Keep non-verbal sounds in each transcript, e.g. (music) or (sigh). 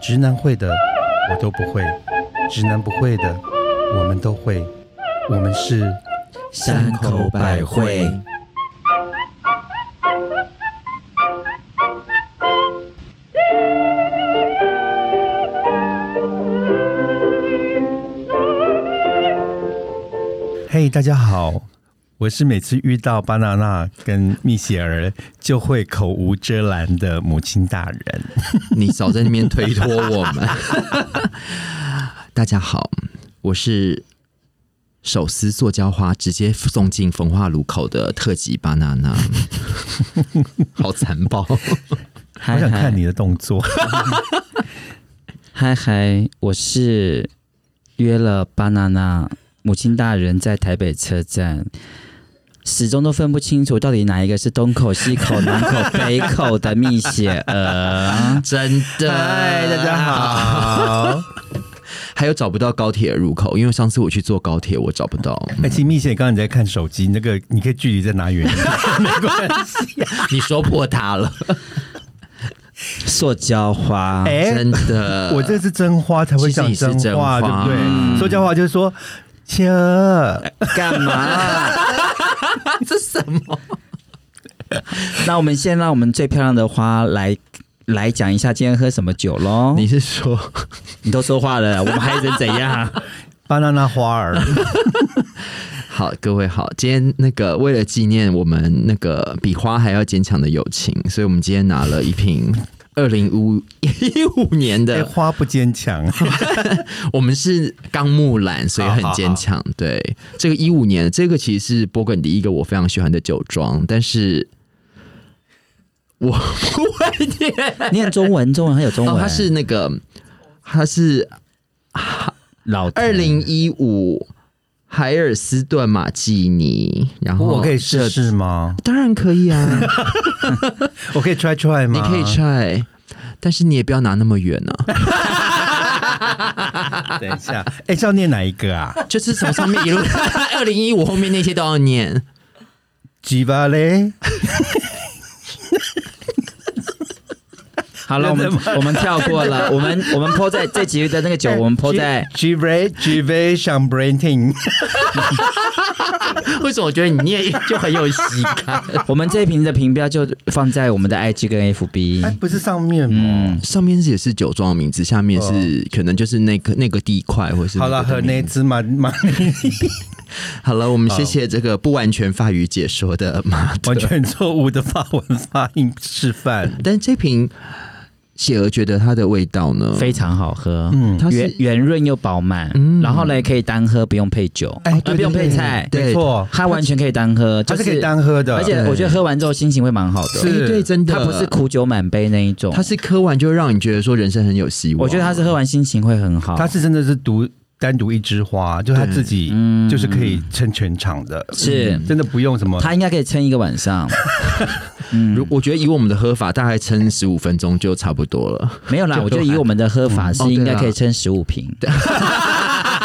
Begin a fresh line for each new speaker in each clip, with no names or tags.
直男会的我都不会，直男不会的我们都会，我们是
山口百惠。
嘿大家好，我是每次遇到巴娜娜跟蜜雪儿就会口无遮拦的母亲大人。
你少在那边推脱我们。大家好，我是手撕塑胶花直接送进焚化炉口的特级巴娜娜，好残暴。
我
嗨
想
嗨
看你的动作，
嗨嗨，我是约了巴娜娜母亲大人在台北车站，始终都分不清楚到底哪一个是东口、西口、南口、北口的蜜雪儿。 (laughs)
真的，
嗨，大家。好。
还有找不到高铁入口，因为上次我去坐高铁，我找不到。
哎， (laughs) 其实蜜雪刚刚你在看手机，那个你可以距离再拿远一点。
你说破它了，
塑胶花，
哎，
啊真的。
我这是真花才会讲
其实你是真
话，
花
对不对？
嗯
说假话就是说，切儿，
干嘛？
这什么？
那我们先让我们最漂亮的花来。来讲一下今天喝什么酒喽？
你
你
是说
你都说话了，我们还能怎样？
巴娜娜花儿，
好，各位好，今天那个为了纪念我们那个比花还要坚强的友情，所以我们今天拿了一瓶二零五一五年
哎，
的，
花不坚强。
(laughs) 我们是刚木兰，所以很坚强。对，这个一五年，这个其实是波艮第一个我非常喜欢的酒庄，但是我不会念，
(laughs) 念中文，中文还有中文。
哦，它是那个，它是
老
二零一五海尔斯顿马基尼，然后
哦
我可以试试吗？
当然可以啊。
(laughs) 我可以 try try
你
吗？ (laughs)
可以 try，但是你也不要拿那么远啊，
等一下， (laughs) 哎，是要念哪一个啊？
(laughs)
就是从上面一 (laughs) 路二零一五后面那些都要念。
吉巴嘞，
好了，我们我们跳
(laughs)
过了，我们我们泼在这集的那个酒，
哎
我们泼在嗯
吉维吉维上 branding，
为什么我觉得你念就很有喜感？
我们这一瓶的瓶标就放在我们的 IG 跟 FB。
哎，不是上面吗？
嗯，
上面也是酒庄的名字，下面是、可能就是那个那个地块或是
好了，
那个
和
地名
嗯
那只 (laughs) 马
(laughs)
马，
好了，我们谢谢这个不完全法语解说的马特
完全错误的法文发音示范。
但这瓶雪儿觉得它的味道呢，
非常好喝，
嗯
它
圆
是
圆润又饱满，
嗯
然后呢可以单喝，不用配酒，
哎
呃
对
不用
对
配
对
菜，
对
没错，
它完全可以单喝，
它
就是
可以，单喝的，
而且我觉得喝完之后心情会蛮好
是
的，
哎对，真的，
它不是苦酒满杯那一种
它，是喝完就让你觉得说人生很有希望。
我觉得它是喝完心情会很好，
它是真的是独单独一枝花，就他自己
嗯
就是可以撑全场的，嗯
是
真的不用什么。
它应该可以撑一个晚上，嗯，
如我觉得以我们的喝法，大概撑十五分钟就差不多了。
没有啦，
就
我觉得以我们的喝法是
嗯哦
应该
对啦
可以撑十五瓶， (laughs)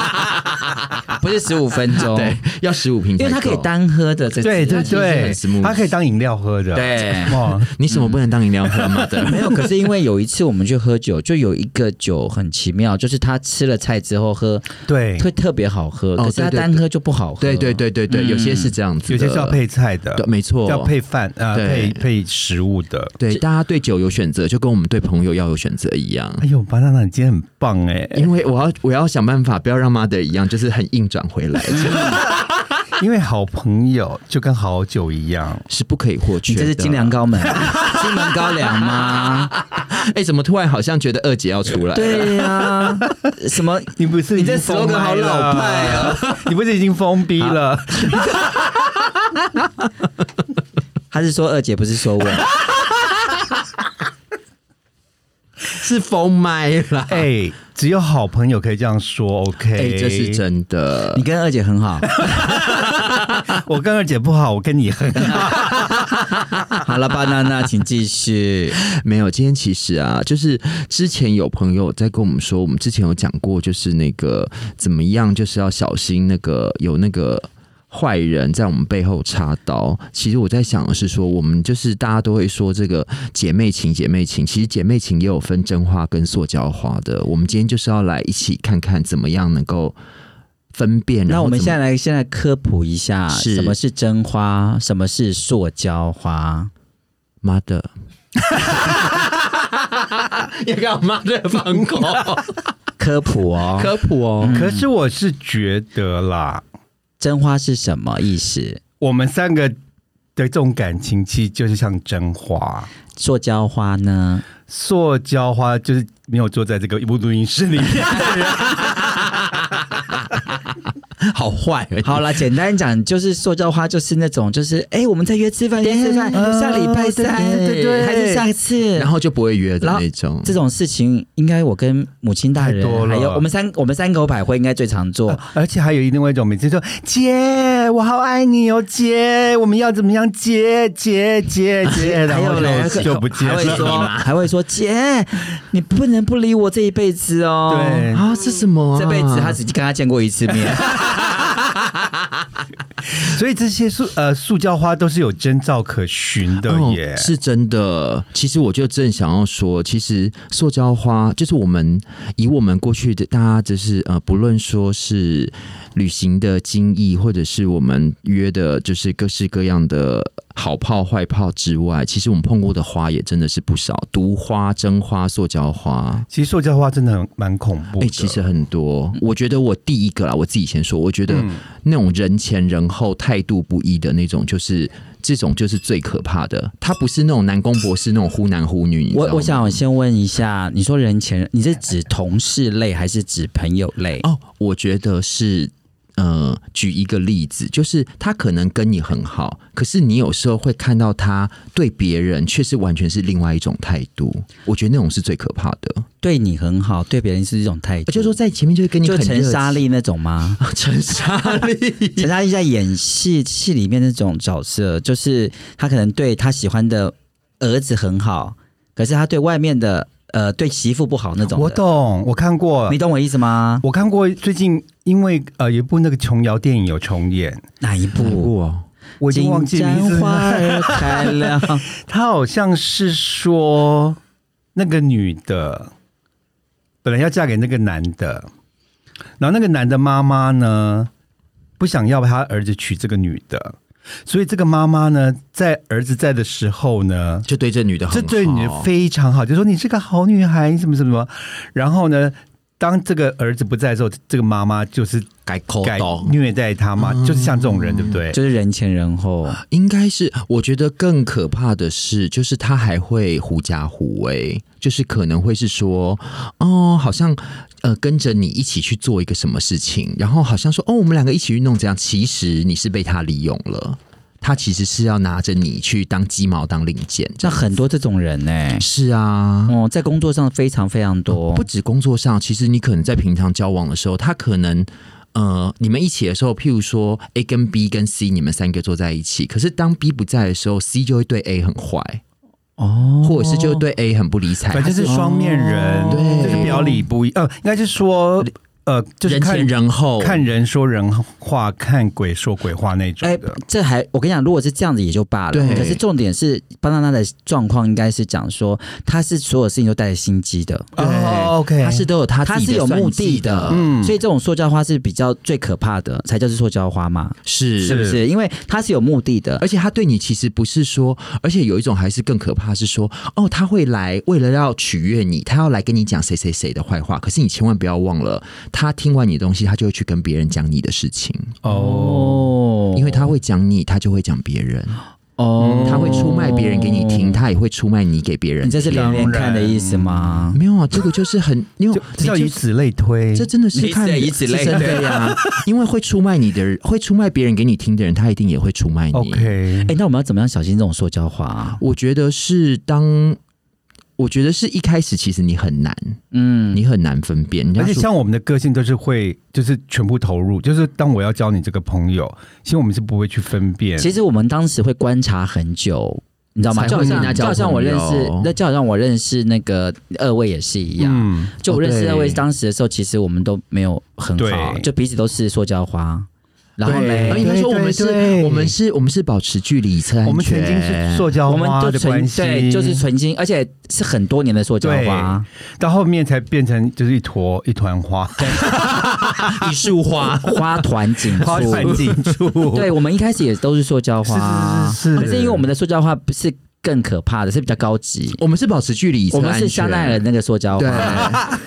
不是十五分钟，
对，要十五瓶，
哦因为它可以。单喝的这
对对
支
对
很 smooth，
它可以当饮料喝的。，哦
对。
哇，
你什么不能当饮料喝
嗯
吗？对，
没有，可是因为有一次我们去喝酒，就有一个酒很奇妙，就是他吃了菜之后喝
对，
会特别好喝，
哦
可是他
对对
单喝就不好喝。
对对对对对，有些是这样子的，
嗯有些是要配菜的
对，，没错，
要。配饭啊，呃配
对
配食物的。
对，大家对酒有选择，就跟我们对朋友要有选择一样。
哎呦，巴娜娜，你今天很棒哎，
因为我要我要想办法不要让妈的一样，就是很硬转回来，
因为好朋友就跟好酒一样，
是不可以获取。
你这是金良。高门， (laughs) 金门高粱
(laughs)
吗？
哎，怎么突然好像觉得二姐要出来？，
对呀、什么？
你不是
你这
已经封
slogan
麦
好
了
老派
啊！ (laughs) 你不是已经封逼了？
他是说二姐，不是说我。
是封麦啦。
哎，只有好朋友可以这样说
哎，
，OK？
这是真的
你。跟二姐很好。
啊我跟二姐不好，我跟你很好。
好了，巴娜娜，请继续。
没有，今天其实啊，就是之前有朋友在跟我们说，我们之前有讲过，就是那个怎么样，就是要小心那个有那个坏人在我们背后插刀。其实我在想的是说，我们就是大家都会说这个姐妹情，姐妹情，其实姐妹情也有分真花跟塑胶花的。我们今天就是要来一起看看怎么样能够分辨。然
那
后
我们
怎么
现在来先来科普一下，
是
什么是真花，什么是塑胶花？
妈
(laughs)
的， (laughs) 你干嘛妈的放狗？
科
(laughs)
普哦，
科普哦，
可是我是觉得啦，
真花是什么意思？
我们三个的这种感情其实就是像真花，
塑胶花呢？
塑胶花就是没有坐在这个录音室里面。
好坏
哎
哦。
好啊啦，简单讲，就是塑胶花就是那种，就是哎、我们在约吃饭，约吃饭，
嗯
下礼拜三，
对对对
还是下次，
然后就不会约的那种。
这种事情，应该我跟母亲大人
太多了
还有我们三我们三口百会应该最常做。
而且还有另外一种，每次说姐，我好爱你哦，姐，我们要怎么样？姐姐姐姐，然
(laughs) 还有
后
嘞，
就就不见
还会
了。
说，还会说，姐，你不能不理我这一辈子哦。
对
啊，这什么啊、
这辈子他只跟他见过一次 (laughs) 面，
(laughs) 所以这些塑呃塑胶花都是有征兆可循的耶。
哦，是真的。其实我就正想要说，其实塑胶花就是我们以我们过去的大家就是呃，不论说是旅行的经历，或者是我们约的，就是各式各样的好炮坏炮之外，其实我们碰过的花也真的是不少，毒花、真花、塑胶花。
其实塑胶花真的很蛮恐怖
哎、
的，
其实很多，我觉得我第一个啦，我自己先说，我觉得
嗯
那种人前人后态度不一的那种，就是这种就是最可怕的。他不是那种南宫博士那种忽男忽女，你知道
我
吗
我想先问一下，你说人前，你是指同事类还是指朋友类？
哦，我觉得是。呃，举一个例子，就是他可能跟你很好，可是你有时候会看到他对别人却是完全是另外一种态度。我觉得那种是最可怕的。
对你很好，对别人是一种态度，
就是说在前哦面就是跟你
就
很
陈
热
莎莉那种 (laughs) 吗？
情，陈莎 (laughs) 莉，
陈嘉映在演戏戏里面那种角色，就是他可能对他喜欢的儿子很好，可是他对外面的呃对媳妇不好那种的。
我懂，我看过
你，懂我意思吗？
我看过。最近因为呃有一部那个琼瑶电影有重演，
哪一
(laughs)
部？
哇，
我已经忘记名字
花
了。
儿开了， (laughs)
他好像是说那个女的本来要嫁给那个男的，然后那个男的妈妈呢不想要他儿子娶这个女的，所以这个妈妈呢在儿子在的时候呢。
就对这女的很
这
好，
对女的非常好，就说你是个好女孩，什么什么什么。然后呢，当这个儿子不在的时候，这个妈妈就是
改口
该
刀，
虐待他嘛，就是像这种人，对不对？
(laughs) 就是人前人后。
应该是，我觉得更可怕的是，就是他还会狐假虎威，就是可能会是说，哦，好像呃跟着你一起去做一个什么事情，然后好像说，哦，我们两个一起去弄这样，其实你是被他利用了，他其实是要拿着你去当鸡毛当令箭，这
那
样
很多这种人呢、
是啊。
哦，在工作上非常非常多
不。止工作上，其实你可能在平常交往的时候，他可能。呃，你们一起的时候，譬如说 A 跟 B 跟 C，你们三个坐在一起，可是当 B 不在的时候，C 就会对 A 很坏，
哦，
或者是就对 A 很不理睬，
反正是双面人，
对
就是表里不一。呃，应该是说，呃，就是
他人
看
前人后，
看人说人话，看鬼说鬼话那种
哎、
的。
这还我跟你讲，如果是这样子也就罢了
对。
可是重点是，巴娜娜的状况应该是讲说，他是所有事情都带着心机的，
对
哦，OK，
他是都有他
他
自己
是有
算
目
计
的的，
嗯
嗯
所以这种塑胶花是比较最可怕的，才叫做塑胶花嘛，
是
是不是？因为他是有目的的，
而且他对你其实不是说，而且有一种还是更可怕是说，哦，他会来为了要取悦你，他要来跟你讲谁谁谁的坏话，可是你千万不要忘了，他听完你的东西，他就会去跟别人讲你的事情，
哦，
哦
因为他会讲你，他就会讲别人，
哦
嗯他会出卖别人给你听，他也会出卖你给别人
你这
听。
是连连看的意思吗？
没有啊，这个就是很，因
(laughs)
为
就这
哦你
叫
就
以此类推。
这真的是
啊
以此
看
以此类
是真的
(laughs)
呀，因为会出卖你的人，会出卖别人给你听的人，他一定也会出卖你。
OK，
哎、那我们要怎么样小心这种塑胶花、啊？
我觉得是当，我觉得是一开始其实你很难，
嗯，
你很难分辨。人
而
家
且
说
像我们的个性都是会，就是全部投入。就是当我要交你这个朋友，其实我们是不会去分辨。
其实我们当时会观察很久，你知道吗？
才
就
会
好
跟人家
像就好
交
像我
朋
认
友
识，那就好像我认识那个二位也是一样。
嗯，
就
哦
我认识
对
二位当时的时候，其实我们都没有很好，
对
就彼此都是塑胶花。然后
而且
嘞，
他说我们
对对
是，
对
我们是，我们是保持距离，测安全。
我们曾经是塑胶
我们
花
都
的
纯
关系，
对，就是纯金，而且是很多年的塑胶
对
花，，
到后面才变成就是一坨一团花，
一束花
花团锦
(laughs) 花团
簇。
锦簇。
对，我们一开始也都是塑胶花，
是是是是
可是因为我们的塑胶花不是更可怕的，是比较高级。
(laughs) 我们是保持距离，
我
测
们
安
是
全
香奈儿那个塑胶
对，
花，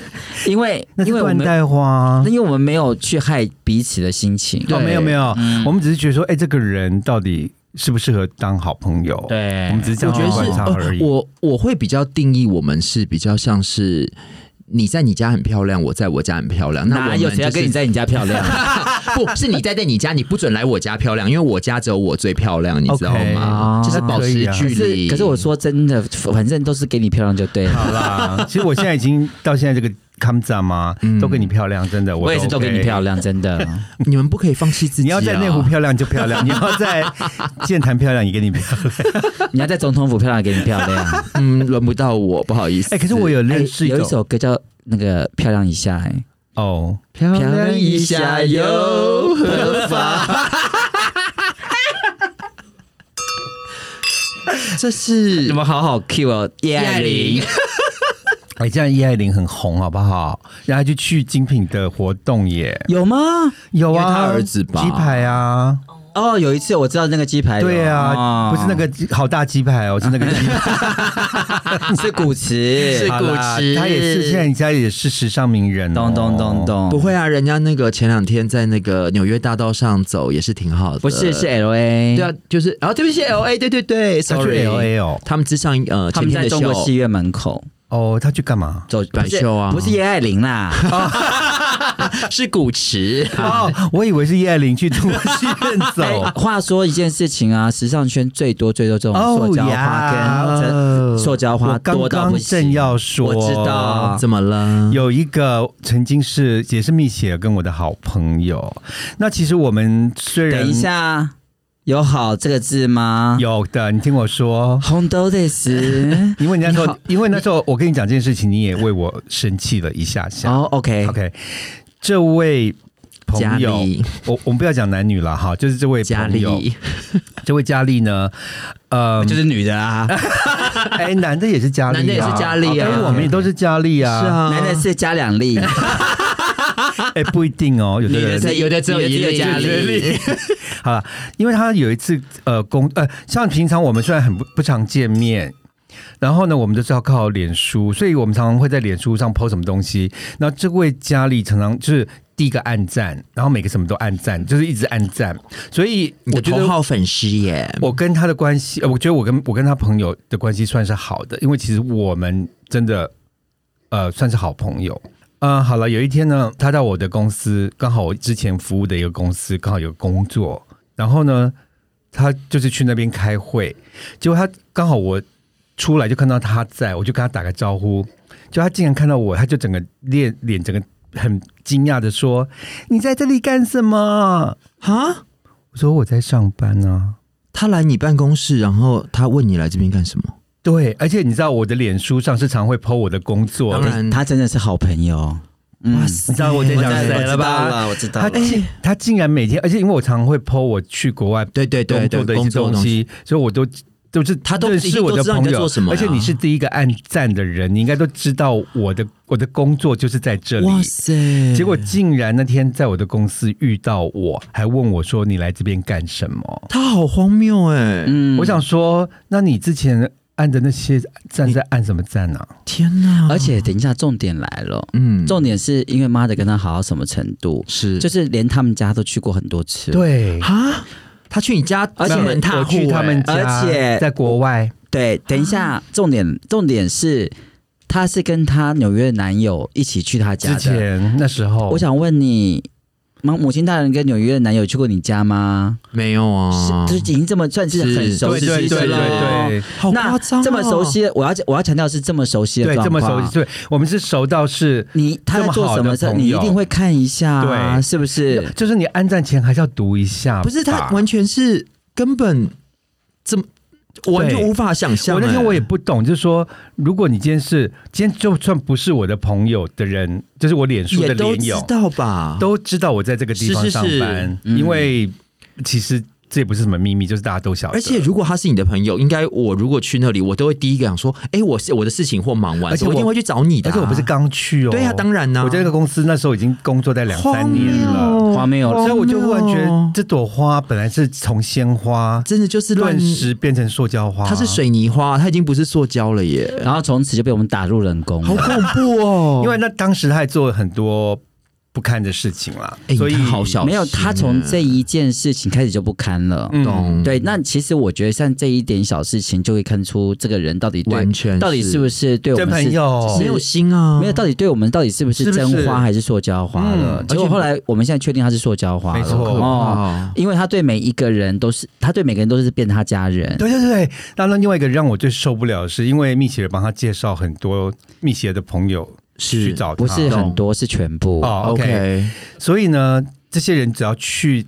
因为
那是
因为我
缎
们
带花
那。因为我们没有去害彼此的心情，
哦，
对
没有没有，我们只是觉得说，哎，这个人到底适不适合当好朋友？，
对
我们只是这
我
样
觉得
观
是，
察而
呃
已。
我我会比较定义我们是比较像是你在你家很漂亮，我在我家很漂亮。那我
哪
们
有谁要
就是
跟你在你家漂亮？啊 (laughs)
不是你待在你家，你不准来我家漂亮，因为我家只有我最漂亮，你知道
OK
(laughs)
吗
哦
就是保持距
可是
离。
可是我说真的，反正都是给你漂亮就对了。
好啦， (laughs) 其实我现在已经到现在这个 come 嘛，都跟你漂亮，真的，
(laughs) 我也是都给你漂
亮。
亮，真的。 (laughs)
你们不可以放弃自己、啊，
你要在内湖漂亮就漂亮，你要在健谈漂亮也给你漂亮。
你要在总统府漂亮，给你漂亮。
(laughs) 嗯，轮不到我，不好意思。
哎，可是我有认
(laughs) 哎
识
有一
种
首歌叫那个漂亮一下，哎，
哦，
漂
亮一下又
何妨？这是
(laughs) 你们好好 Q 哦，叶爱玲。
哎，这样叶爱玲很红好不好？然后她就去精品的活动耶，
有吗？
有
因为
啊，
她儿子吧
鸡排啊，
哦，有一次我知道那个鸡排有，
对啊，
哦
不是那，个鸡好大鸡排哦，是那个鸡
(laughs)
排。
是古
是
驰，
好啦
古驰
他也是现在人家也是时尚名人、哦，
咚咚咚。咚，
(laughs) 不，会啊，人家那个前两天在那个纽约大道上走也是挺好的，
不是是 L A，
对啊，，就是然后、对不起 L A，对对对
他去
，sorry
L A 哦，
他们之上呃
他
前
们
天
在
的秀
中国戏院门口
哦，他去干
(laughs)
嘛？
走
摆秀啊
不是叶爱玲啦，
是古驰，
哦，我以为是叶爱玲去中国戏院
哎。
走
(laughs) 话说一件事情啊，时尚圈最多最多这种
哦
塑胶花
呀
跟这塑胶花
我刚
多到
刚
不行。
正要说，
我知道
(laughs) 怎么了？
有一个曾经是也是蜜雪跟我的好朋友。那其实我们虽然
等一下，有好这个字吗？
有的，你听我说，
红豆
(laughs)
的是
因为你那时
你
候
好，
因为那时候我跟你讲这件事情，你也为我生气了一下下。
哦，OK，
OK，这位
佳
朋友，
哎丽，
我我们不要讲男女了哈，就是这位
佳
朋友，
丽，
这位佳丽呢，呃，
就是女的啊，
哎，男的也是佳丽啊，
男的也是佳丽啊
哎我们也都是佳丽啊，
是啊
男的是加两粒，
哎，不一定
(laughs)
哦，有的
女的
人
才有的只有一
有的
粒
只有
佳
一粒
丽，
好了，因为他有一次呃工呃，像平常我们虽然很不不常见面。然后呢，我们就是要靠脸书，所以我们常常会在脸书上 PO 什么东西。那这位佳丽常常就是第一个按赞，然后每个什么都按赞，就是一直按赞。所以
你
我
的
觉得
头号粉丝耶，
我跟他的关系，呃我觉得我跟我跟他朋友的关系算是好的，因为其实我们真的呃算是好朋友。嗯、好了，有一天呢，他到我的公司，刚好我之前服务的一个公司刚好有工作，然后呢，他就是去那边开会，结果他刚好我出来就看到他在，我就跟他打个招呼，就他竟然看到我，他就整个脸脸整个很惊讶的说：“你在这里干什么
啊，？”
我说：“我在上班啊。”
他来你办公室，然后他问你来这边干什么？
对，而且你知道我的脸书上是常会 PO 我的工作
当，然，
嗯他真的是好朋友。哇塞，
你知道我在
我
讲
嗯知
谁了
道
吧？
了，我知道
他
了。
哎
竟他竟然每天，而且因为我常会 PO 我去国外
对对对
工作的
对，
一
工
些
作
东
的西。
西，所以我都就是
他都
认
一定
识
都
我的
知道你
朋
在
友
做什么，呀啊
而且你是第一个按赞的人，你应该都知道我的我的工作就是在这里。
哇塞！
结果竟然那天在我的公司遇到我，还问我说：“你来这边干什么
他好荒谬哎！
嗯？”
我想说，那你之前按的那些赞在按什么赞啊呢、
天哪！
而且等一下，重点来了，
嗯，
重点是因为妈的跟他好到什么程度，
是
就是连他们家都去过很多次。，
对，
啊，他去你家
而且
登门踏
我
户
去他们
哎
家，
而且
在国外，
对，等一下，
啊
重点重点是，她是跟她纽约的男友一起去她家
之
的。
前那时候，
我想问你，母母亲大人跟纽约的男友去过你家吗？
没有啊
是，就已经这么算是
是
很熟
对
悉
哦对对
的咯。
对
好
那
夸张哦，
这么熟悉，我要我要强调是这么熟悉的
对，
状
这么熟
况
悉，。对，我们是熟到是，
你他在做什么事
这么好的，朋
你一
友
定会看一下、啊，
对
是不是？
就是你按赞前还是要读一下吧，
不是他完全是根本这么完全无法想象、
我那
哎
天我也不懂，就是说，如果你今天是今天就算不是我的朋友的人，就是我脸书的
也都
脸
知
友，
道吧？
都知道我在这个地方
是是
上
是
班，因为其实这也不是什么秘密，就是大家都晓得。
而且如果他是你的朋友，应该我如果去那里，我都会第一个想说，哎、我是我的事情或忙完，
而且我
我一定会去找你的、
而且我不是，刚去哦，
对啊当然啊
我在那个公司那时候已经工作在两三年
荒
了，
谬
花没有
所以
了，
我就忽然觉
荒
得
谬
这朵花本来是从鲜花
真的哦就是乱
顿，时变成塑胶花，
它是。水泥花，它已经不是塑胶了耶，
然后从此就被我们打入冷宫
好
了。
恐怖哦！
因为那当时他还做了很多不堪的事情啦，
哎
所以
你看好小
没有，他从这一件事情开始就不堪了。
嗯
懂
对，那其实我觉得像这一点小事情，就会看出这个人到底对
完全是
到底是不是对我
真
们
朋
是
友
没有心啊，
没有，到底对我们到底是不
是
是
不是
嗯
真花还是塑胶花了？
嗯
结果后来我们现在确定它是塑胶花了，
没错
哦，
因为他对每一个人都是，他对每个人都是变他家人。
对对对，那那另外一个让我最受不了的是，因为蜜雪儿帮他介绍很多蜜雪儿的朋友去
是
找他，
不是很多，是全部。
哦，OK，,
OK，
所以呢，这些人只要去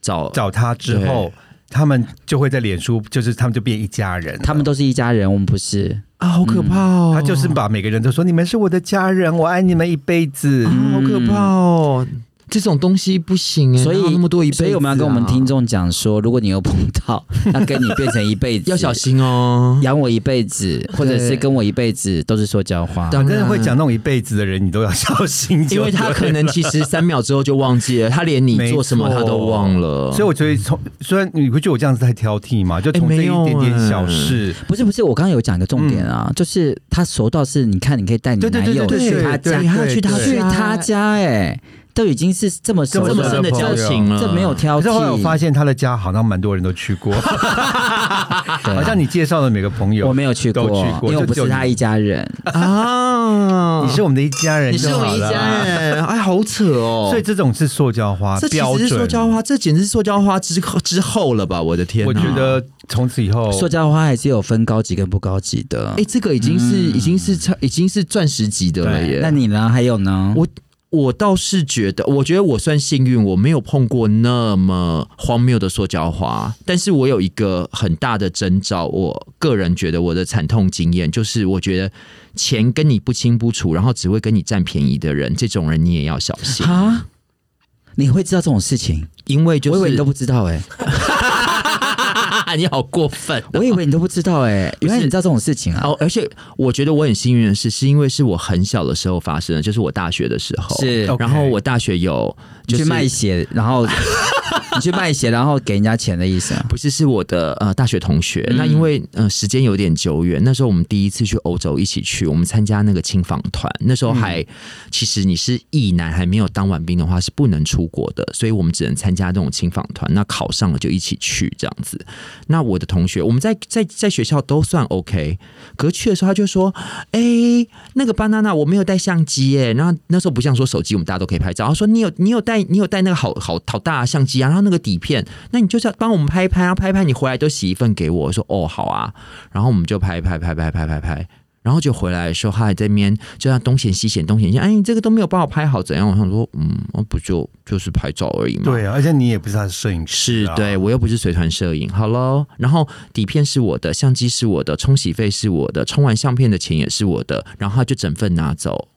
找
找他之后，他们就会在脸书，就是他们就变一家人了，
他们都是一家人，我们不是。
啊，好可怕哦，
他就是把每个人都说你们是我的家人，我爱你们一辈子。
啊，好可怕哦，这种东西不行哎，
所以
哪有那么多一辈子啊
所以我们要跟我们听众讲说，如果你有碰到， (laughs) 要跟你变成一辈子，
要小，心哦，
养我一辈子，或者是
对
跟我一辈子都是塑胶花。
当
反
然
正会讲那种一辈子的人，你都要小心就
(laughs) 因
对了，
为他可能其实三秒之后就忘记了，他连你做什么他都忘了，
所以我觉得从虽然你不觉得我这样子太挑剔嘛，就
哦哎
从这
没
一
有
点点
哎
小事，
不是不是，我刚刚有讲一个重点啊，就是他熟到是，你看你可以带你
对对
男
对
友
对
去
对，
他
对
家
你，还要
对
去他
对
去
家
他家，哎，都已经是这么熟
这
这么
么
深
深
的
的
交
交
情啊
情
了，
这没有挑
可
剔。
是后来我发现他的家好像蛮多人都去过，
啊
对啊
好像你介绍的每个朋友，
我没有去
都
过，
去过
因为我
就
不
只有
是他
你
一家人。
(laughs) 啊！
你是我们的一家人
你是
就
我
好
一
了啦，
家人，哎，好扯哦！
所以这种是塑胶花
这其
标
实
准，
是塑胶花，这简直是塑胶花之后之后了吧？我的天哪！
我觉得从此以后，
塑胶花还是有分高级跟不高级的。
哎，这个已经是、已经是超已经是钻石级的了耶。
那你呢？还有呢？
我我倒是觉得，我觉得我算幸运，我没有碰过那么荒谬的塑胶花。但是我有一个很大的征兆，我个人觉得我的惨痛经验就是，我觉得钱跟你不清不楚，然后只会跟你占便宜的人，这种人你也要小心，
啊，你会知道这种事情？
(laughs) 因为就
我以为
是
你都不知道哎、
(laughs) 你好过分
我以为你都不知道哎、
是
原来你知道这种事情啊？
(laughs) 哦！而且我觉得我很幸运的是，是因为是我很小的时候发生的，就是我大学的时候。
是
OK
然后我大学有
你
就是
去卖血，然
(laughs)
后你去卖血，然后给人家钱的意思啊？
不是，是我的呃大学同学。那因为呃时间有点久远，那时候我们第一次去欧洲一起去，我们参加那个青访团。那时候还、其实你是役男，还没有当完兵的话是不能出国的，所以我们只能参加那种青访团。那考上了就一起去这样子。那我的同学，我们在在在学校都算 OK，可是去的时候他就说：“哎、那个 banana 我没有带相机耶。”然后那时候不像说手机我们大家都可以拍照，他说：“你有你有带你有带那个好好好大的相机啊，然后那个底片，那你就是要帮我们拍一拍，然后拍一拍你回来都洗一份给我。”我说：“哦，好啊。”然后我们就拍拍拍拍拍拍拍。然后就回来的时候，他还在那边就像东嫌西嫌东嫌西，哎，你这个都没有帮我拍好，怎样？我想说，嗯，我不就就是拍照而已嘛。
对啊，而且你也不是他的摄影师、
是
啊，
对，我又不是随团摄影，好喽。然后底片是我的，相机是我的，冲洗费是我的，冲完相片的钱也是我的，然后他就整份拿走，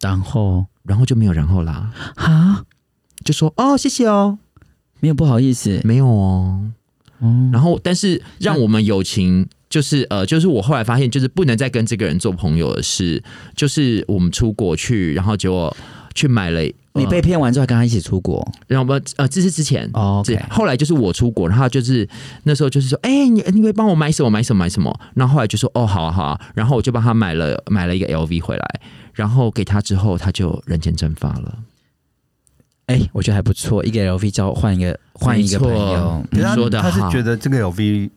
然后
然后就没有然后啦，
啊，
就说哦谢谢哦，
没有不好意思，
没有哦。
嗯，
然后但是让我们友情。就是呃，就是我后来发现，就是不能再跟这个人做朋友的是，就是我们出国去，然后结果去买了，呃
你被骗完之后还跟他一起出国
然后我们呃，这是之前
哦
这
，OK，
后来就是我出国，然后就是那时候就是说，哎、你你会帮我买什么买什么买什么？然后后来就说，哦，好啊好啊，然后我就帮他买了买了一个 LV 回来，然后给他之后，他就人间蒸发了。
哎、我觉得还不错，一个 LV 交换一个换一个
没
朋
错
可
友，
嗯
是他
你说的
他是
好
觉得这个 LV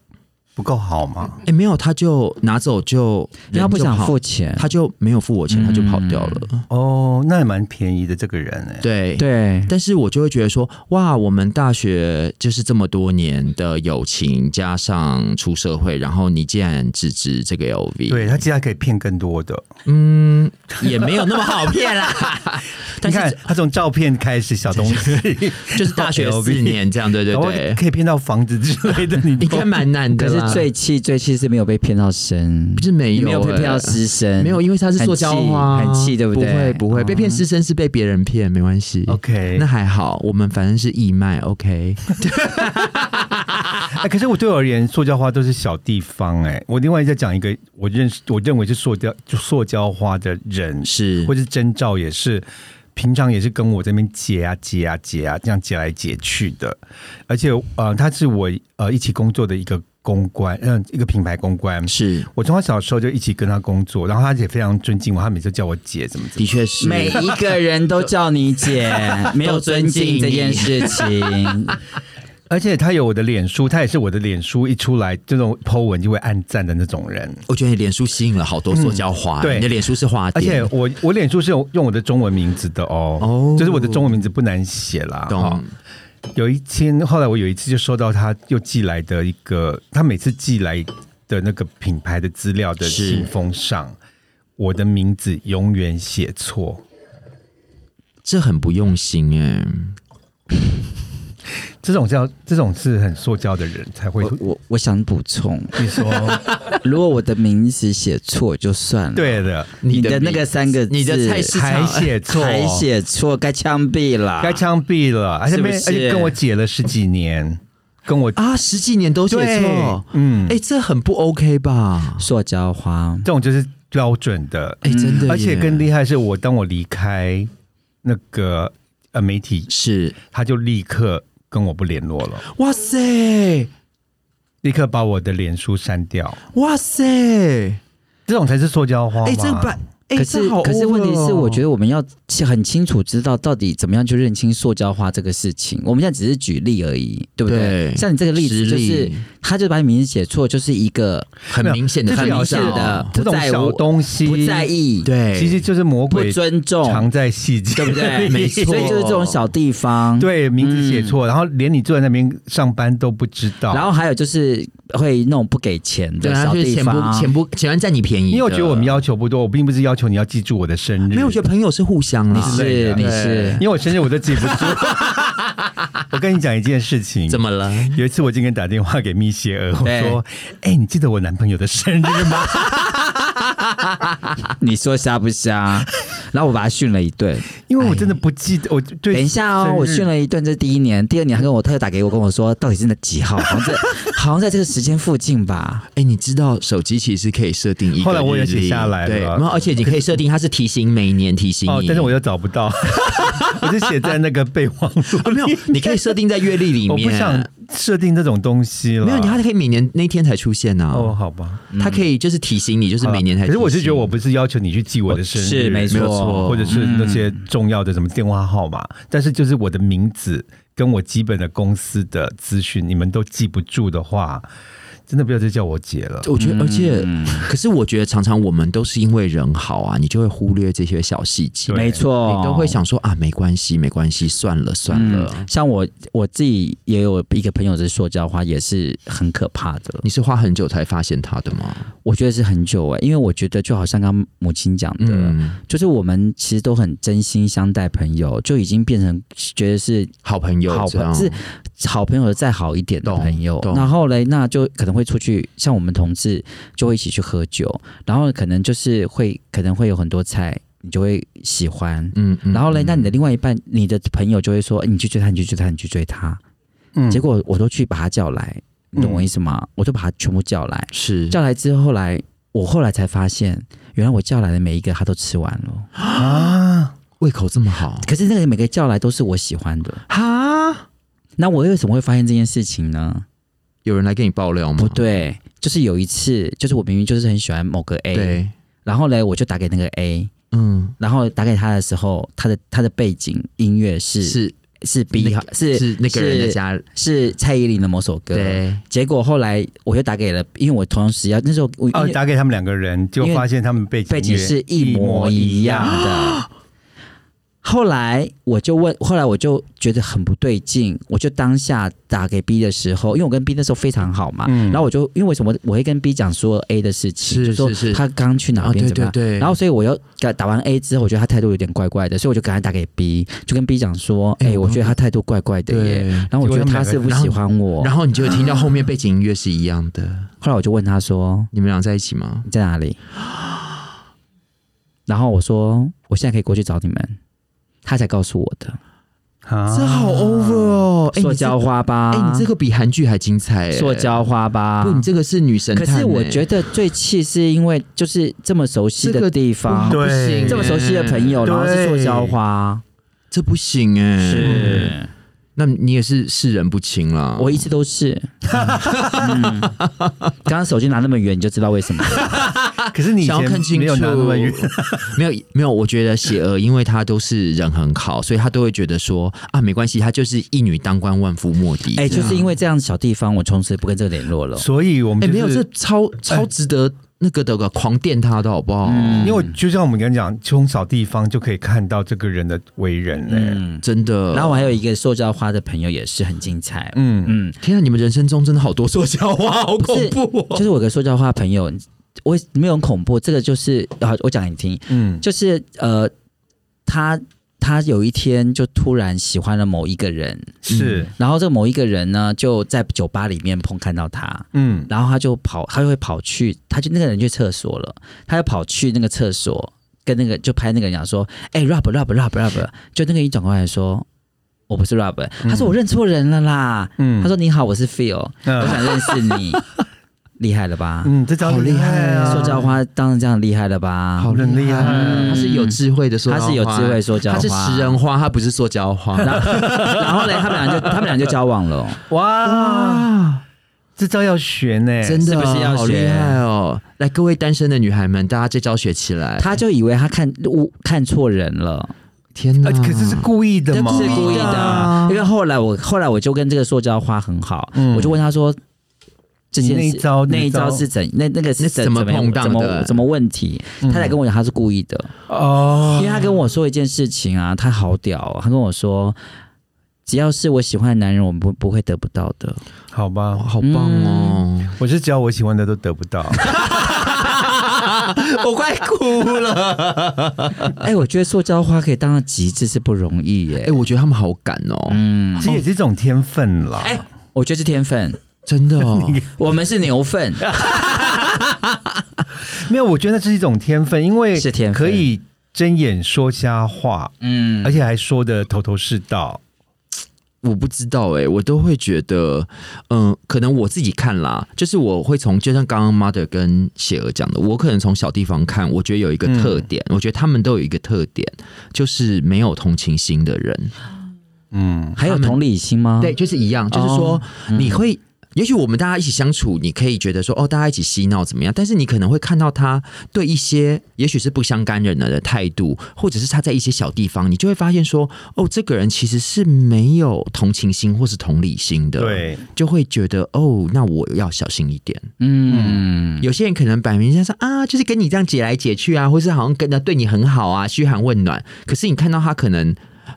不够好吗？
哎、没有，他就拿走就，
因为他不
人就
想
跑
付，钱，嗯
他就没有付我钱，他就跑掉了。
哦，那也蛮便宜的这个人哎、
嗯对。
对，
但是我就会觉得说，哇，我们大学就是这么多年的友情，加上出社会，然后你竟然只值这个 LV，
对他接下来可以骗更多的。
嗯，也没有那么好
(laughs)
骗啦。 (laughs)
你
但
看
是
他从照片开始，小东西，
就是大学 (laughs)
LV (laughs)
四年这样，对对
然后
对，
可以骗到房子之类的，你
应 (laughs)
都
该蛮难的
可是
啦。啊，
最气最气是没有被骗到身
不，是没有、
没有被骗到
欸
师生，
没有，因为它是塑胶花，
很气很气对不
啊不
对哦
会不会，被骗师生是被别人骗，没关系。
OK，
那还好，我们反正是义卖，OK。
哎、可是我对我而言，塑胶花都是小地方哎、我另外再讲一个，我认识我认为是塑胶就塑胶花的人，
是
或是征兆也是，平常也是跟我这边结啊结啊结啊这样结来结去的，而且呃，他是我呃一起工作的一个公关，嗯、一个品牌公关。
是，
我从他小时候就一起跟他工作，然后他也非常尊敬我，他每次叫我姐怎么怎么。
的确是。
每一个人都叫你
(laughs)
姐，没有尊敬这件事情，
而且他有我的脸书，他也是我的脸书一出来这种 po 文就会按赞的那种人。
我觉得你脸书吸引了好多塑胶
嗯
花、
对
你的脸书是花
而且
店，
我我脸书是有用我的中文名字的哦，
哦
就是我的中文名字不难写啦。哦
懂？
有一天，后来我有一次就收到他又寄来的一个，他每次寄来的那个品牌的资料的
是
信封上，我的名字永远写错。
这很不用心哎、
这种叫这种是很塑胶的人才会
我我我想补充，
你说
(laughs) 如果我的名字写错就算了，
对的，
你的
名
那个三个字
你的菜市
还
场
写错，
还写错该枪毙了，
该枪毙了，而且没
是不是
而且跟我姐了十几年，跟我
啊，十几年都写错，
嗯
哎、，这很不 OK 吧？
塑胶花，
这种就是标准的，
哎、真的耶，
而且更厉害是我当我离开那个呃媒体，
是，
他就立刻跟我不联络了，
哇塞，
立刻把我的脸书删掉。
哇塞，哎、
这种才是塑胶花嘛？
这版，哎、
可是
这好
可是
over
问题是，
哦
我觉得我们要很清楚知道到底怎么样去认清塑胶花这个事情。我们现在只是举例而已，对不对？
对
像你这个例子就
实
是
例，
他就把你名字写错，就是一个
很明显的，
这
很
表
明
示
显的
这
不
种
在
小
乎
东西
不在，意，
对，
其实就是魔
不
鬼
尊重，
藏在细节，
对不嗯对？
没错
所以就是这种小地
(laughs)
方。。
对，名字写错，然后连你坐在那边上班都不知道。
然后还有就是会那种不给钱
对
的
啊，
小
就是
地
钱不
方，
钱不钱占你便宜的，
因为我觉得我们要求不多，我并不是要求你要记住我的生日，
没有，我觉得朋友是互相啊
你
类
啦，
是
的
你
(laughs)
是
(laughs)
因为我生日我都记不
(laughs)
住。我跟你讲一件事情，
怎么了？
有一次我今天打电话给蜜雪儿，我
对
说：“哎、你记得我男朋友的生日吗
你说瞎不瞎？然后我把他训了一顿。？”
因为我真的不记得，我对
哎等一下
生
哦，
日
我训了一顿，这是第一年，第二年他跟我特地打给我，跟我说到底是那几号， (laughs) 好像在好像在这个时间附近吧。
哎，你知道手机其实可以设定一个
后来我也
日历
写下来了
对，然后而且你可以设定它是提醒每年提醒
哦
你，，
但是我又找不到， (laughs) 我就写在那个备忘录
啊
里 (laughs)
没有，你可以设定在月历里面，
我不想设定这种东西了。
没有，你还可以每年那天才出现呢、
哦，好吧，
它可以就是提醒你，就是每年才
好了可
出现。
是我是觉得我不是要求你去记我的生日，
是没错
有
嗯
或者是那些重要的什么电话号码，但是就是我的名字跟我基本的公司的资讯，你们都记不住的话，真的不要再叫我姐了。
我觉得，而且，可是我觉得常常我们都是因为人好啊，你就会忽略这些小细节，
对
没错，
你都会想说啊，没关系，没关系，算了算了。
嗯，像我我自己也有一个朋友是塑胶花，也是很可怕的。
你是花很久才发现它的吗？
我觉得是很久哎、因为我觉得就好像刚母亲讲的，
嗯，
就是我们其实都很真心相待朋友，就已经变成觉得是
好朋友
好
这样，
朋是好朋友的再好一点的
懂
朋友，
懂
然后嘞，那就可能会出去，像我们同志就会一起去喝酒，然后可能就是会可能会有很多菜，你就会喜欢。
嗯嗯
然后嘞，
嗯
那你的另外一半，你的朋友就会说，哎你去追他，你去追他，你去追他。
嗯
结果我都去把他叫来，你懂我意思吗？我就把他全部叫来，
是
叫来之后，后来我后来才发现，原来我叫来的每一个他都吃完了。
嗯
啊。
胃口这么好
可是那个每个叫来都是我喜欢的，
哈？
那我为什么会发现这件事情呢？
有人来跟你爆料吗？
不对，就是有一次，就是我明明就是很喜欢某个 A，
对，
然后嘞，我就打给那个 A，
嗯，
然后打给他的时候，他的他的背景音乐是
是
是 B
那
好是
是那个人的家，
是蔡依林的某首歌。
对，
结果后来我又打给了，因为我同时要那时候我、
哦，打给他们两个人，就发现他们背景
背景是一模一样的。 (gasps) 后来我就问，后来我就觉得很不对劲，我就当下打给 B 的时候，因为我跟 B 那时候非常好嘛，
嗯
然后我就因为为什么我会跟 B 讲说 A 的事情，
是
就说
是是
他刚去哪
啊，
边
对
怎么
对
样，
对，
然后所以我又打打完 A 之后，我觉得他态度有点怪怪的，所以我就赶快打给 B，就跟 B 讲说，
哎
哎、
我
我觉得他态度怪怪的耶，
对，
然后我觉得他是不是喜欢我，
然后你就听到后面背景音乐是一样的，
后来我就问他说
你们俩在一起吗？
你在哪里，然后我说我现在可以过去找你们，他才告诉我的，
啊
这好 over 哦，哎，
塑
你这
胶花吧，
哎，你这个比韩剧还精彩，哎
塑。胶花吧，
不，你这个是女神
可
探哎，
是我觉得最气是因为就是这么熟悉
这个
的地方，
对
不行
这么熟悉的朋友，
对
然后是塑胶花，
这不行哎、
是
那你也是世人不清啦。
我一直都是。嗯刚刚手机拿那么远，你就知道为
(laughs)
什么了。
可是你以
想要看
前
清
没有
楚
拿那么远，
(laughs) 没有没有，我觉得邪恶，因为他都是人很好，所以他都会觉得说啊，没关系，他就是一女当关，万夫莫敌。
哎、
这
就
样
是因为这样小地方，我从此不跟这个联络了。
所以我们
哎、
就是
没有，这超超值得那个的狂电他的好不好？
嗯
因为就像我们刚刚讲，从小地方就可以看到这个人的为人嘞、
嗯，
真的。
然后我还有一个塑胶花的朋友，也是很精彩。
嗯，
嗯，
天啊，你们人生中真的好多说笑话，好
不
恐
是
怖哦！
就是我有个塑胶花朋友，我没有很恐怖，这个就是啊，我讲给你听，
嗯，
就是呃，他他有一天就突然喜欢了某一个人，
是，
然后这某一个人呢就在酒吧里面碰看到他，
嗯，
然后他就跑，他就会跑去，他就那个人去厕所了，他就跑去那个厕所跟那个就拍那个人讲说，哎、r o b Rob Rob Rob，就那个人转过来说。我不是 Rob，他说我认错人了啦。
嗯
他说你好，我是 Phil，、我
嗯，
想认识你，厉害了吧？
嗯，这招
好厉害
啊，
塑胶花当然这样厉害了吧？
好很厉害
嗯他是有智慧的塑胶
啊他
花，
是有智慧塑胶
他
花，
是食人花，他不是塑胶花。
(laughs) 然后，然后呢，他们俩就他们俩就交往了。
哇，
啊，
这招要学呢、
真的
哎是不是要
好
学
厉害哦！来，各位单身的女孩们，大家这招学起来。
他就以为他看误看错人了，
天哪，
呃，可是是故意的吗？
是故意的
啊。
因为后来我后来我就跟这个塑胶花很好，
嗯
我就问他说。这件
你
事
那一招
那一
那一
招
招
是怎那那个是
那
怎
怎
样
么碰到
怎
的
么怎么问题？他才跟我讲他是故意的，
哦
因为他跟我说一件事情啊，他好屌、哦，他跟我说，只要是我喜欢的男人，我们不不会得不到的。
好吧
哇，好棒哦！
我是只要我喜欢的都得不到，
我快哭了。
(laughs) 哎、我觉得塑胶花可以当到极致是不容易耶、
哎，我觉得他们好敢哦，
嗯，
这也是一种天分啦。
哎、我觉得是天分，
真
(laughs)
的哦。
我们是牛粪，
没有，我觉得那是一种天分，因为
是天分
可以睁眼说瞎话，
嗯
哎
而，且还说的头头是道。
我不知道哎、我都会觉得，嗯，可能我自己看啦，就是我会从就像刚刚 mother 跟雪儿讲的，我可能从小地方看，我觉得有一个
嗯
特点，我觉得他们都有一个特点，就是没有同情心的人，
嗯，
还有
他们
同理心吗？
对，，就是一样，就是说、你会。也许我们大家一起相处，你可以觉得说哦，大家一起嬉闹怎么样？但是你可能会看到他对一些也许是不相干人的态度，或者是他在一些小地方，你就会发现说哦，这个人其实是没有同情心或是同理心的。
对，
就会觉得哦，那我要小心一点。
嗯，
有些人可能摆明像说啊，就是跟你这样解来解去啊，或是好像跟他对你很好啊，嘘寒问暖。可是你看到他可能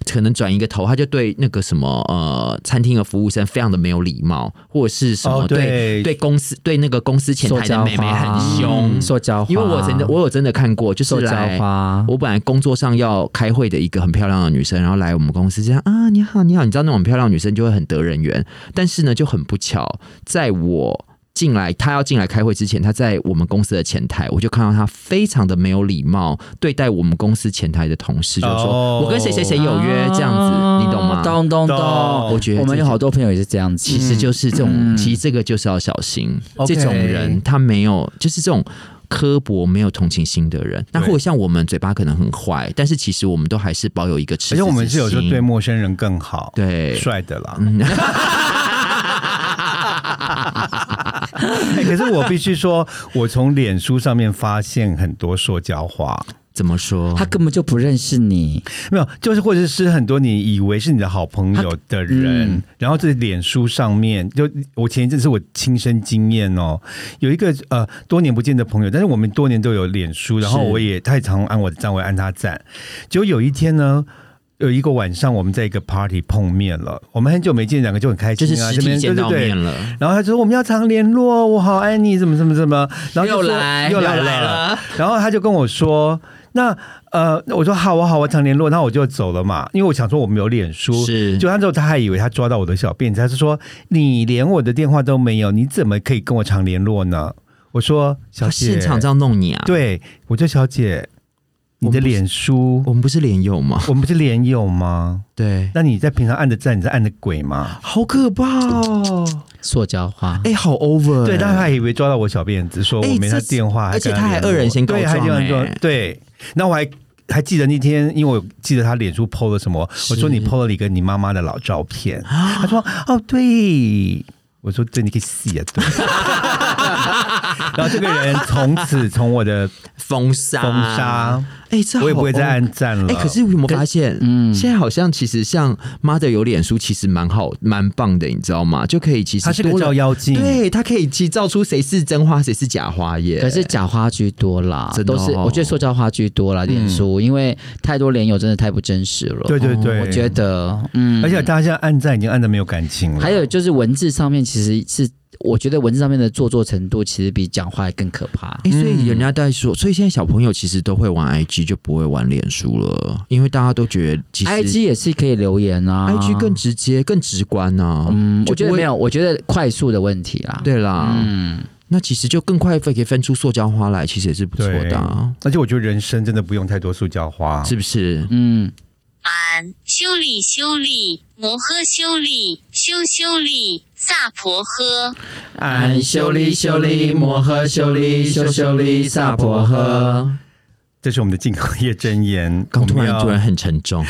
可能转一个头，他就对那个什么呃餐厅的服务生非常的没有礼貌，或者是什么、
哦对
对公司对那个公司前
塑
台的
胶
妹妹
花
很凶。
塑胶花，
因为我真的我有真的看过，就是
塑胶
来
花，
我本来工作上要开会的一个很漂亮的女生，然后来我们公司这样啊，你好，你好，你知道那种很漂亮的女生就会很得人缘，但是呢就很不巧，在我进来，她要进来开会之前，她在我们公司的前台，我就看到她非常的没有礼貌对待我们公司前台的同事，就说、
哦
我跟谁谁谁有约这样子，你懂吗？
啊懂懂
懂
懂，
我觉得
我们有好多朋友也是这样子，
其实就是这种，
嗯
其实这个就是要小心。
OK
这种人他没有，就是这种刻薄、没有同情心的人。那
对
或者像我们嘴巴可能很坏，但是其实我们都还是保有一个赤子
而且
之心。
我们是有时候对陌生人更好，，
对，
帅的啦。
嗯
(laughs)
(laughs)
哎可是我必须说，我从脸书上面发现很多塑胶话，
怎么说？
他根本就不认识你，
没有，就是或者是很多你以为是你的好朋友的人，
嗯
然后在脸书上面，就我前一阵是我亲身经验哦，有一个呃多年不见的朋友，但是我们多年都有脸书，然后
是
我也他也常按我的赞，我也按他赞，结果有一天呢。有一个晚上我们在一个 party 碰面了，我们很久没见，两个就很开
就
心
是
啊，
实
这
体
边
见到
对对
面
对。
了，
然后他就说我们要常联络，我好爱你，怎么怎么怎么，然后就说
又来
又来
又来
了，然后他就跟我说，那呃，我说好啊好啊，常联络，那我就走了嘛，因为我想说我没有脸书，
是
就他之后，他还以为他抓到我的小辫子，他是说你连我的电话都没有，你怎么可以跟我常联络呢？我说小
他
姐，
现场这样弄你啊？，
对我说小姐，你
我
的
们不是
脸书，
我们不是连友吗？
我们不是连友吗？
对，
那你在平常按的赞，你在按的鬼吗？
好可怕哦！
塑胶花，
哎、好 over，
对，但他还以为抓到我小辫子，说我
哎
没他
这是
电话，
而且
跟他
他还
联络
恶人先告
对，还
状
这样说
哎，
对，那我还。还记得那天，因为我记得他脸书 PO 了什么，我说你 PO 了一个你妈妈的老照片，
啊
他说哦对，我说对，你可以洗啊，对。 (laughs) 然后这个人从此从我的
封杀，
封杀，
哎、这好
我也不会再
over
按赞了。
哎、可是我们发现，嗯，现在好像其实像 Mother 有脸书，其实蛮好、蛮棒的，你知道吗？就可以其实
他是个
多了
照妖镜，
对，它可以其实照出谁是真花，谁是假花耶。
可是假花居多啦，
真的
都
哦嗯
是我觉得塑胶花居多啦。脸书因为太多脸友真的太不真实了，
对对对
我觉得嗯，
而且大家现在按赞已经按的没有感情
哎
了。
还有就是文字上面其实是。我觉得文字上面的做作程度其实比讲话还更可怕。
哎、所以人家在说，所以现在小朋友其实都会玩 IG，就不会玩脸书了，因为大家都觉得其实
IG 也是可以留言啊
IG 更直接、更直观呢、
嗯，我觉
就不
得
会
没有，我觉得快速的问题啦。，
对啦，
嗯，
啊那其实就更快可以分出塑胶花来，其实也是不错的、啊，
而且我觉得人生真的不用太多塑胶花，
是不是？
嗯，
俺修理修理摩诃修理修修理萨婆诃。
哎，
修利修利摩诃修利修修利萨婆诃。
这是我们的进口业真 (laughs) 言。
刚突
我们
然
要
突然很沉 (laughs) 重，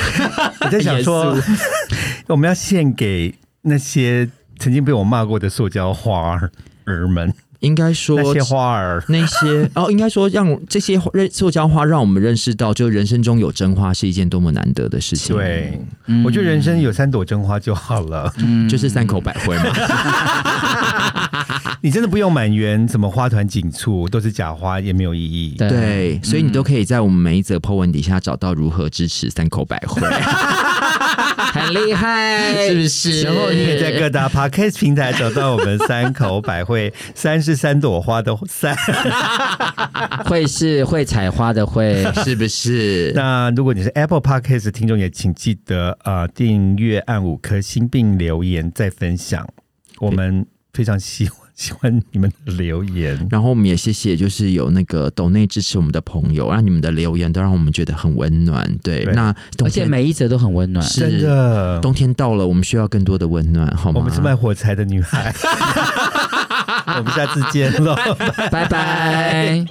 我在想说， (laughs) 我们要献给那些曾经被我骂过的塑胶花儿们，
应该说
那些花儿。
(laughs)
那些哦，应该说让这些认塑胶花让我们认识到，就人生中有真花是一件多么难得的事情。
对，我觉得人生有三朵真花就好了。
就是三口百惠嘛。
(laughs) 你真的不用满园，什么花团锦簇都是假花，也没有意义。
嗯对
(laughs) 对，嗯所以你都可以在我们每一则 po 文底下找到如何支持三口百
(laughs)
惠，
很厉害，
(laughs) 是不是？
然后你也在各大 podcast 平台找到我们三口百惠三十三朵花的三。
会是会采花的会。
是不是？
那如果你是 Apple podcast 的听众，也请记得呃订阅、按五颗星并留言再分享。我们非常喜欢喜欢你们的留言，
然后我们也谢谢，就是有那个抖内支持我们的朋友，让你们的留言都让我们觉得很温暖。对，
对
那冬
而且
天
每一则都很温暖，
是
真的。
冬天到了，我们需要更多的温暖，好吗？
我们是卖火柴的女孩，我们下次见喽。
拜拜。